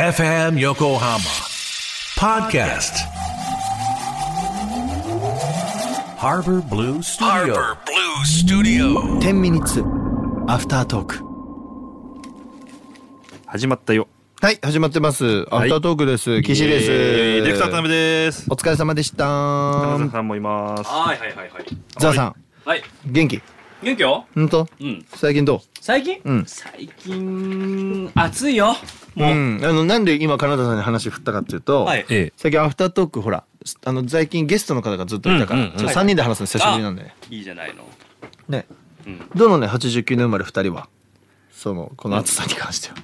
FM Yokohama Podcast Harbor Blue Studio Harbor Blue Studio. 10ミニッツアフタートーク始まったよ。はい始まってますアフタートークです、岸井ですイエーイディレクター田辺ですお。疲れ様でした田さんもいます。はいはいはいはい。ザワさはい。ん元気元気よほんとうん。最近ど最近、うん最近、暑いよ。うもう。んあのなんで今金田さんに話振ったかっていうと、はい。え最近アフタートークほらあの最近ゲストの方がずっといたから、うんうんうんちょっと3人で話すの久しぶりなんでねいいじゃないの。ねうん。どのね89年生まれ2人はそのこの暑さに関しては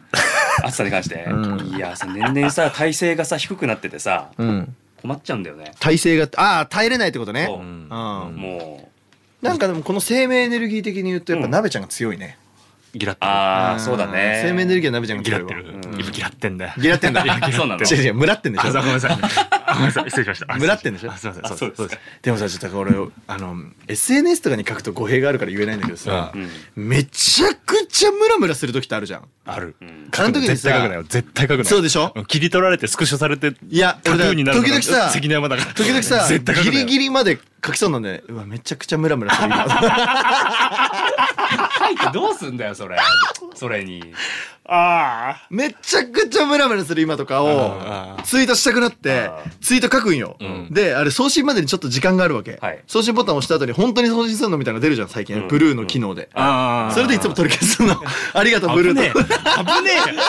暑さに関して。うんいやさ、年々さ、体勢がさ、低くなっててさ、うん困っちゃうんだよね。体勢がああ耐えれないってことねそうううんんもなんかでもこの生命エネルギー的に言うとやっぱ鍋ちゃんが強いね、ギラっう。てあんあ、そうだね。生命エネルギーは鍋ちゃんがギ強ラいっわてる。うん今ギラってんだよ。ギラってんだ。あそうなの違う違う、村ってんでしあ、ょご。めんなさい。ごめんなさい。失礼しま した。あ村ってんでしょあすいません。あそうですか。でもさ、ちょっと俺、あの、SNS とかに書くと語弊があるから言えないんだけどさう、ん。めちゃくちゃムラムラする時ってあるじゃん。あるう。ん。あの時に絶対書くなさ、よ。絶対書くなよ。そうでしょん切り取られてスクショされて、いや、タトゥーになるのが時々さ、関時根山だから。々さ、絶対書くギなよ。リギリまで書きそうなんで、うわ、めちゃくちゃムラムラする今。書いてどうすんだよ、それ。 それに。あめちゃくちゃムラムラする今とかあをー、ツイートしたくなってあ、ツイート書くんよ。で、あれ送信までにちょっと時間があるわけはい。送信ボタン押した後に本当に送信するのみたいなのが出るじゃん、最ん近。ブルーの機能で。あ。ああ。それでいつも取り消すの。ありがとう、ブル危ねえ。ート。危ねえよ。危ね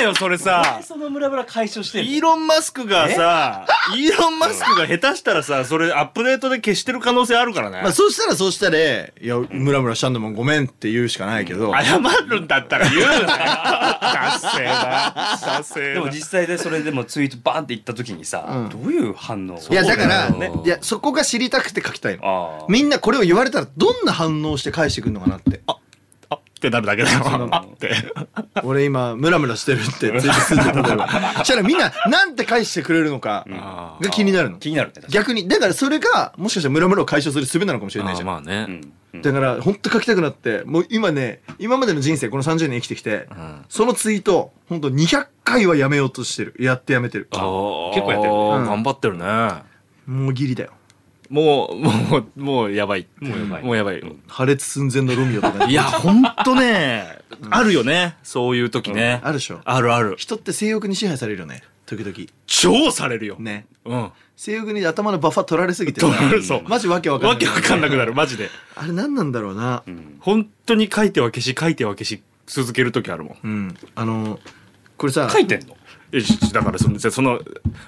えよ、それさ。そのムラムラ解消して イーロン・マスクがさ、イーロン・マスクが下手したらさ、それアップデートで消してる可能性あるからね まあ、。そうしたらそうしたで、いや、ムラムラしたんだもん、ごめんって言うしかないけど。謝るんだったら言う なよ。達成だ。達成でも実際でそれでもツイートバーンっていった時にさ、うんどういう反応いや、だから、そうだよねいや、そこが知りたくて書きたいの。あーみんなこれを言われたら、どんな反応して返してくるのかなって。あってなるだけだよ。そうなのあって。俺今、ムラムラしてるって、ツイートするんだ、例えば。そしたらみんな、なんて返してくれるのか、あが気になるの。気になるね確か逆に、だからそれが、もしかしたらムラムラを解消する術なのかもしれないじゃん。まあね。に、うんだから、ほんと書きたくなって、もう今ね、今までの人生、この30年生きてきて、そのツイート、ほんと200回はやめようとしてる。やってやめてる。結構やってるねうん頑張ってるね。もうギリだよ。もう、もう、もうやばい。もうやばいもうやばい。破裂寸前のロミオとかいや、ほんとね、あるよね。そういう時ね。あるでしょあるある。人って性欲に支配されるよね時々超されるよ。ねうん。性欲に頭のバッファ取られすぎてさ取られそうマジわけわかんないわけわかんなくなる、マジで。あれ何なんだろうなうん本当に書いては消し、書いては消し、続ける時あるもうん。んあのこれさ書いてんのえしだからそのその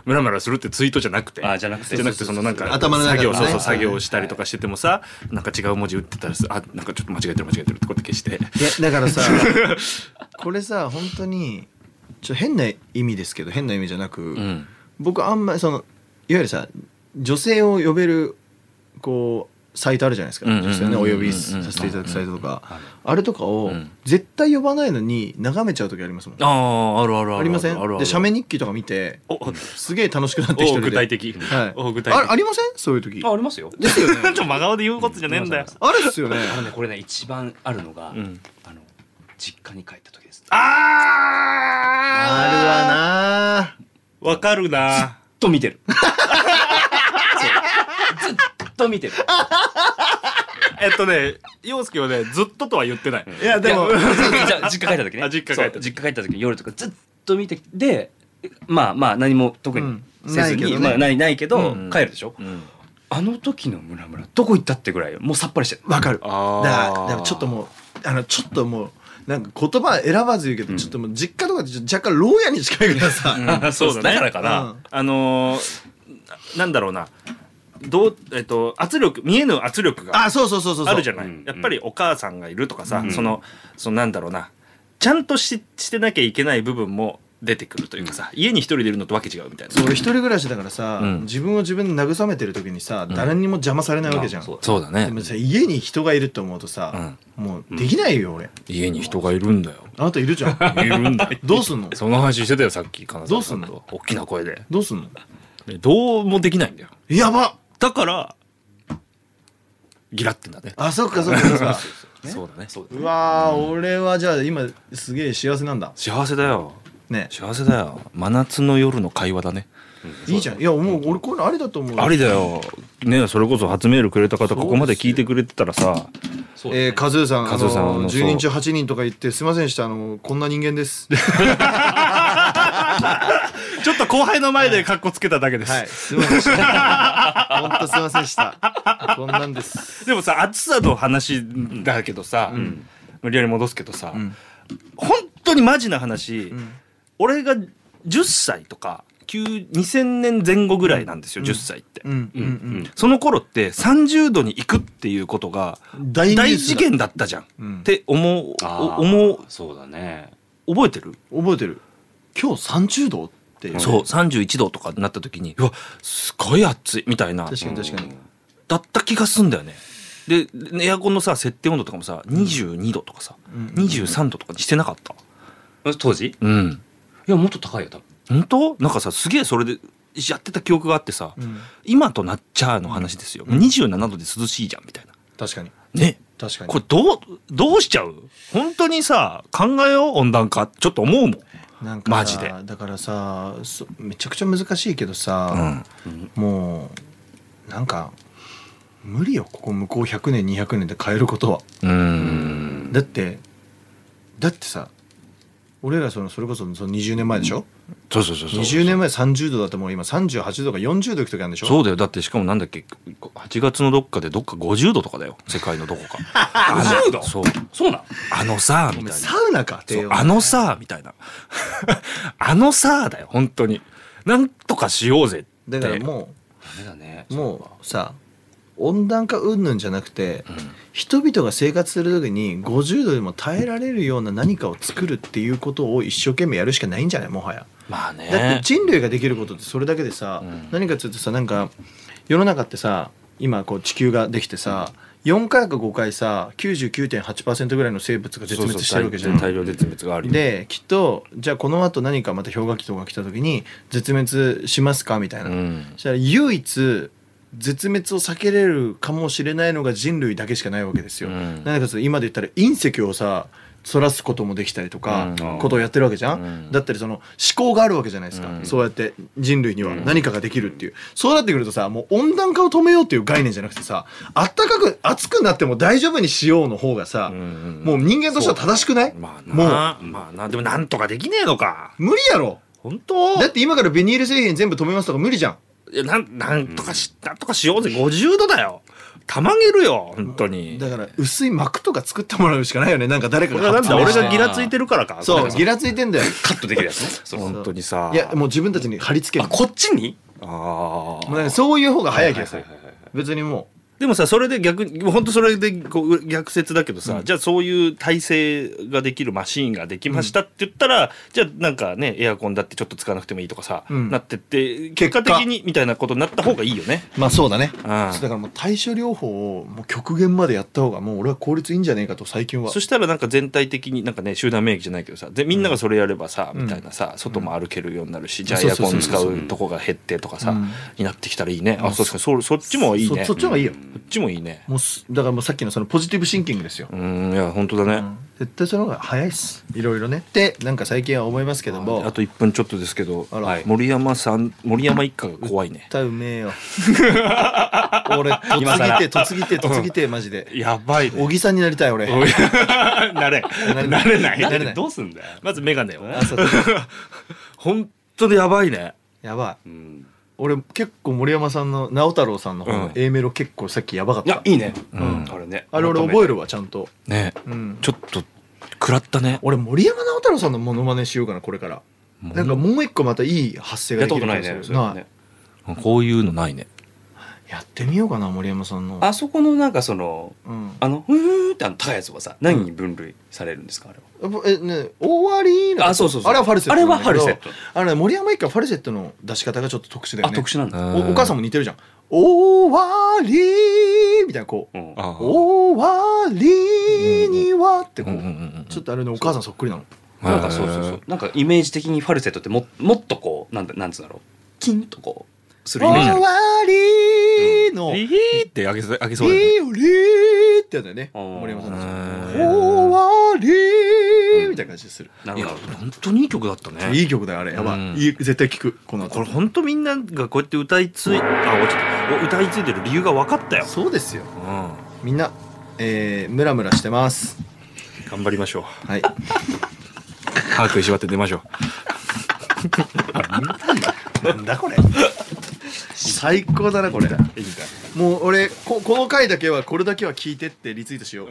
ムラムラするってツイートじゃなくてあじゃなくてじゃなくてそのなんか頭の中作でね業そうそうはい作業したりとかしててもさなんか違う文字打ってたらすあなんかちょっと間違えてる間違えてるってこと消していやだからさ これさ本当にちょっと変な意味ですけど変な意味じゃなく、うん僕あんまりそのいわゆるさ女性を呼べるこうサイトあるじゃないですかうんうんうんうん女性をねお呼びさせていただくサイトとかあれとかをうん絶対呼ばないのに眺めちゃう時ありますもんあああるあるあるありませんあるあるで写メ日記とか見てお すげえ楽しくなってきておる具体的はいお具体あ的ありませんそういう時あありますよですよちょねっと真顔で言うことじゃねえんだよあるっすよねあのねこれね一番あるのが、うんあの実家に帰った時ですあああるわなるわかるなずっと見てるそうずっと見てるえっとね陽介はねずっととは言ってないいやでもいやじゃあ実家帰った時ねあ実家帰った時そう実家帰った時に夜とかずっと見てでまあまあ何も特にせずに、うんないけどねまあ、ないないけど、うん帰るでしょ、うんあの時のムラムラどこ行ったってぐらいよもうさっぱりしてるわかるだあかーらでもちょっともうあのちょっともうなんか言葉選ばず言うけど、うんちょっともう実家とかでちょっと若干牢屋に近いから さ、うんそうだだね。からかなうんあのーななんだろうな。どうえっと圧力見えぬ圧力があそうそうそうそうそうあるじゃない。うんやっぱりお母さんがいるとかさ、うんそのそのなんだろうな。ちゃんとししてなきゃいけない部分も出てくるというかさ、家に一人でいるのとわけ違うみたいな。そう俺一人暮らしだからさ、うん自分を自分で慰めてる時にさ誰にも邪魔されないわけじゃん、あそうそうだでねもさ家に人がいると思うとさ、もうできないよ俺家に人がいるんだよ。あなたいるじゃんいるんだよどうすんのその話してたよさっき金沢さんとどうすんの大きな声でどうすんのどうもできないんだよやばだからギラってんだねあそっかそっかそっかそうだねそうだうわー俺はじゃあ今すげえ幸せなんだ幸せだよね幸せだよ真夏の夜の会話だねいいじゃんいやもう俺こういうのありだと思うありだよねそれこそ初メールくれた方ここまで聞いてくれてたらさそうえー、カズーさん、カズーさんあののそう10人中8人とか言って、すいませんでした、あの、こんな人間です。ちょっと後輩の前でカッコつけただけではい、すいませんでした。 本当すいませんでした。こんなんです。でもさ暑さの話だけどさ、無理やり戻すけどさ、ん本当にマジな話、ん俺が10歳とか9 2000年前後ぐらいなんですよ、10歳って、うん、ううんん、その頃って30度に行くっていうことがうん。大ニュースだ大事件だったじゃん、うんって思うあー思そうだねう覚えてる、覚えてる。今日30度っていう。そう31度とかになった時にうわすごい暑いみたいな確かに確かに。だった気がすんだよねでエアコンのさ設定温度とかもさ22度とかさ、ん23度とかにしてなかったえ当時うんいやもっと高いよ多分本当なんかさすげえそれでやってた記憶があってさ、うん今となっちゃうの話ですよ、27度で涼しいじゃんみたいな確かに。ね確かに。これどうどうしちゃう本当にさ考えよう温暖化ちょっと思うもんなんかさマジでだからさそめちゃくちゃ難しいけどさ、もうなんか無理よここ向こう100年200年で変えることは、うんだってだってさ俺らそのそれこそその20年前でしょ、そうそうそうそう20年前30度だったもん今38度か40度いく時あるんでしょそうだよだってしかもなんだっけ8月のどっかでどっか50度とかだよ世界のど こか50度そうそうなんあのさみおた前いなサウナかってそうあのさみたいな あのさだよ本当になんとかしようぜっだてからもダメだねうもうさ温暖化云々じゃなくて、人々が生活する時に50度でも耐えられるような何かを作るっていうことを一生懸命やるしかないんじゃないもはや。まあねだって人類ができることってそれだけでさ、何かっつうとさなんか世の中ってさ今こう地球ができてさ4回か5回さ99.8%ぐらいの生物が絶滅してるわけじゃん。大量絶滅があるよできっとじゃあこのあと何かまた氷河期とか来た時に絶滅しますかみたいな、うんそしたら唯一絶滅を避けれるかもしれないのが人類だけしかないわけですよ。うん何かというと今で言ったら隕石をさそらすこともできたりとか、うんことをやってるわけじゃん、うんだったりその思考があるわけじゃないですか、うんそうやって人類には何かができるっていう、そうなってくるとさもう温暖化を止めようっていう概念じゃなくてさあったかく暑くなっても大丈夫にしようの方がさ、うんうんもう人間としては正しくない、まあもうなまあなでもなんとかできねえのか無理やろ本当だって今からビニール製品全部止めますとか無理じゃんいやなんなんとかし、なんとかしようぜ50度だよたまげるよ本当にだから薄い膜とか作ってもらうしかないよねなんか誰かこれはがなん発だ明俺してがギラついてるからかそうギララついてんだよカットできるやつねそう本当にさいやもう自分たちに貼り付けあるこっちにあもーうなんかそういう方が早い気がするはいはいはいはい別にもでもさそれで逆に本当それでこう逆説だけどさ、じゃあそういう体制ができるマシーンができましたって言ったら、じゃあなんかねエアコンだってちょっと使わなくてもいいとかさ、うんなってって結果的にみたいなことになった方がいいよね。うまあそうだねうんだからもう対処療法をもう極限までやった方がもう俺は効率いいんじゃねえかと最近はそしたらなんか全体的になんかね集団免疫じゃないけどさでみんながそれやればさ、うんみたいなさ外も歩けるようになるし、んじゃあそうエそアうそうコそうン使うとこが減ってとかさ、うんになってきたらいいね、あ確かにそそっちもいいねそそっちの方がいいよこっちもいいねもうすだからもうさっきのそのポジティブシンキングですようんいや本当だね、絶対その方が早いっすいろいろねってなんか最近は思いますけどもあと1分ちょっとですけど、あらはい森山さん森山一家が怖いね絶対うめえよ 俺と今つぎて更とつぎてとつぎてマジでやばい 小木さんになりたい俺なれなれないだなれっなていどうすんだよまず眼鏡をあそう本当にやばいねやばいうん俺結構森山さんの直太朗さんの方うんの A メロ結構さっきやばかっいた、やいいねんあれねあれ俺覚えるわちゃんと、ねうん、ちょっと食らったね俺森山直太朗さんのモノマネしようかなこれからもうなんかもう一個またいい発声やがったことできるない気がねすそるれなねこういうのないねやってみようかな森山さんのあそこのなんかそのうんあのふーってあの高いやつはさ何に分類されるんですかあれはえね終わりのあそうそうそうあれはファルセットあれはファルセットあれ森山一家はファルセットの出し方がちょっと特殊だよあね特殊なんだおお母さんも似てるじゃん「終わり」みたいなこううんあ「終わりには」ってこう,、うんうんうんちょっとあれねお母さんそっくりなのなんかそうそうそうなんかイメージ的にファルセットってももっとこうなんだなんつうんだろうキンとこう「するイメージあ終るわり」の「リリヒーってあげそうあげそうだよねーリー」ってやつだよねあー森山さうんん終わりみたいな感じでする。ないるやほど本当にいい曲だったねいい曲だよあれやばうんいいい絶対聞くこの後これ本当みんながこうやって歌いついあおちょっとお歌いついてる理由が分かったよ、そうですようん、頑みんなえームラムラしてます張りましょうはい 歯食いしばって出ましょうなんだこれ 最高だなこれもう俺ここの回だけはこれだけは聞いてってリツイートしよう